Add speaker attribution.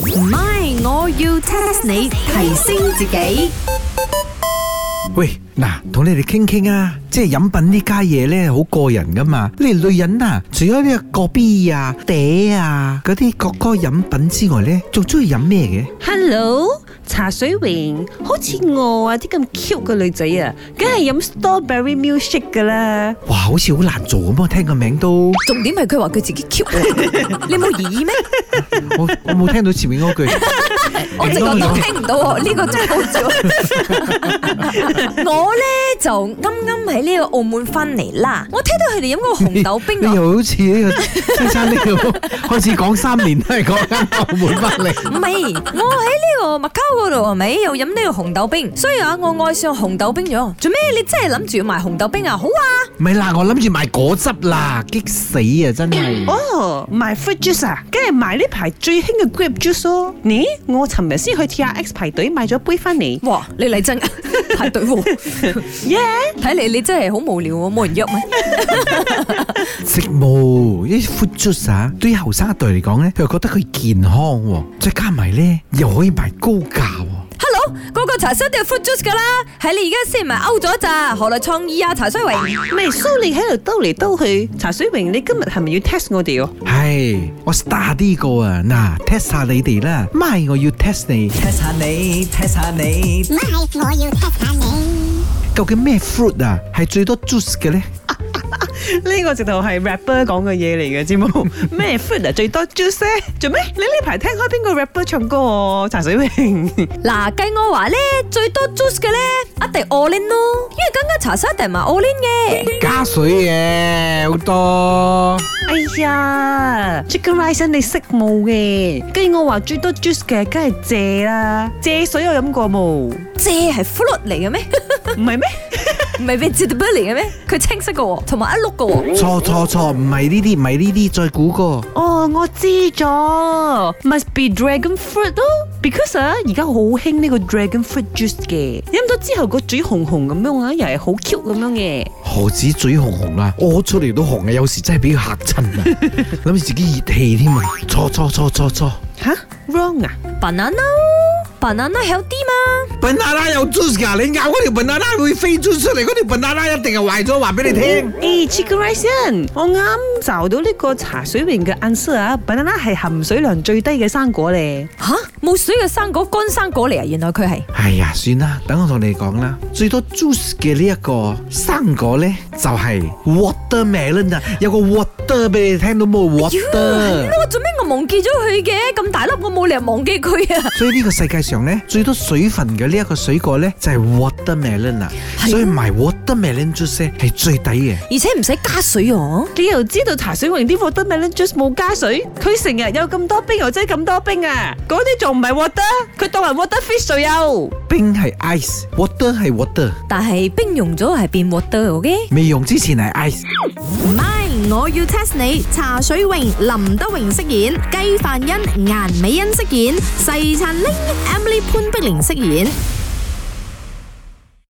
Speaker 1: 唔係，我要 test 你提升自己。
Speaker 2: 喂，嗱，同你哋傾傾啊，即係飲品呢家嘢咧，好過人噶嘛。你哋女人啊，除咗呢個果 B 啊、嗲啊嗰啲哥哥飲品之外咧，仲中意飲咩嘅？
Speaker 3: Hello，茶水榮，好似我啊啲咁 cute 嘅女仔啊，梗係飲 strawberry milkshake 噶啦。
Speaker 2: 哇，好似好難做咁啊！聽個 名都，
Speaker 1: 重點係佢話佢自己 cute，你冇疑義咩？
Speaker 2: 我我冇聽到前面嗰句。
Speaker 1: 我直覺都聽唔到喎，呢個真係好笑。 我咧就啱啱喺呢個澳門翻嚟啦，我聽到佢哋飲嗰個紅 豆冰
Speaker 2: 你
Speaker 1: 啊，
Speaker 2: 又好似呢個西餐呢度 開始講三年都係講緊澳門翻嚟。
Speaker 1: 唔係，我喺呢個麥交嗰度係咪又飲呢個紅豆冰？所以啊，我愛上紅豆冰咗。做咩？你真係諗住要賣紅豆冰啊？好啊，
Speaker 2: 唔係啦，我諗住賣果汁啦，激死啊！真係。
Speaker 3: 哦，賣 fruit juice 啊，梗係賣呢排最興嘅 grape juice 咯。咦，我尋日先去 T R X 排隊買咗杯翻嚟。
Speaker 1: 哇！你嚟真 排隊喎，
Speaker 3: 耶！
Speaker 1: 睇嚟你真係好無聊喎，冇人約咩？
Speaker 2: 食物呢啲 fruit juice 啊，對於後生一代嚟講咧，佢又覺得佢健康喎、再加埋咧又可以賣高價喎、
Speaker 1: Hello，個個茶室都有 fruit juice 噶啦，喺你而家先唔係勾咗咋？何來創意啊？茶水榮，
Speaker 3: 咪蘇你喺度兜嚟兜去，茶水榮，你今日係咪要 test 我哋哦？
Speaker 2: 係，我 study 過啊，嗱，test 下你哋啦，咪我要 test 你，
Speaker 4: 踢下你，踢下你，
Speaker 5: My, 我要 test 下你。
Speaker 2: 究竟咩 fruit 啊係最多 juice 嘅咧？
Speaker 3: 呢個直頭係 rapper 講嘅嘢嚟嘅，知 冇？咩 fruit 啊最多 juice 咧？做咩？你呢排聽開邊個 rapper 唱歌哦？茶水榮。
Speaker 1: 嗱，計我話咧，最多 juice 嘅咧，一定 all in 咯，因為間間茶室一定唔係 all in 嘅。
Speaker 2: 加水嘅好多，
Speaker 3: 哎呀，Chicken Rice 你識冇嘅？跟住我話最多 juice 嘅，梗係蔗啦，蔗水有飲過冇？唔
Speaker 1: 蔗係 fruit 嚟嘅咩？
Speaker 3: 係咩？
Speaker 1: 唔係 vegetable 嚟嘅咩？佢清晰嘅喎，同埋一碌嘅喎。
Speaker 2: 錯錯錯，唔係呢啲，唔係呢啲，再估個。
Speaker 3: 哦，我知咗，must be dragon fruit 咯，because 啊，而家好興呢個 dragon fruit juice 嘅，飲咗之後個嘴紅紅咁樣啊，又係好 cute 咁樣嘅。
Speaker 2: 何止嘴紅紅啊，屙出嚟都紅啊，有時真係俾佢嚇親啊，諗住自己熱氣添啊，錯錯錯錯錯
Speaker 3: 吓，wrong 啊？
Speaker 1: banana，banana healthy 嘛。
Speaker 2: ，banana 有 juice 㗎，你咬嗰條 banana 會飛 juice 出嚟，嗰條 banana 一定係壞咗，話俾你聽。
Speaker 3: 誒，Chicken Rice，我啱找到呢個茶水榮嘅 answer 啊，banana 係含水量最低嘅生果咧。
Speaker 1: 吓，冇水嘅生果，乾生果嚟啊！原來佢係
Speaker 2: 哎呀，算啦，等我同你講啦。最多 juice 嘅呢一個生果咧，就係、watermelon 啊，有個 water 俾你聽到冇 water。
Speaker 1: 我做咩我忘記咗佢嘅？咁大粒我冇理由忘記佢啊！
Speaker 2: 所以呢個世界上咧，最多水分嘅呢一個水果咧，就係、watermelon 啊。
Speaker 1: 係
Speaker 2: 所以賣 watermelon juice 呢係最抵嘅。
Speaker 1: 而且唔使加水哦、
Speaker 3: 你又知道茶水榮啲 watermelon juice 冇加水，佢成日有咁多冰又真係咁多冰啊！嗰啲仲唔係 water，佢當係 water fish 水有。
Speaker 2: 冰係 ice，water 係 water。
Speaker 1: 但係冰溶咗係變 water，OK？
Speaker 2: 未用之前係 ice。
Speaker 6: 唔係，我要 test 你。茶水榮、林德榮飾演，雞范欣、顏美欣飾演，細陳玲、Emily 潘碧玲飾演。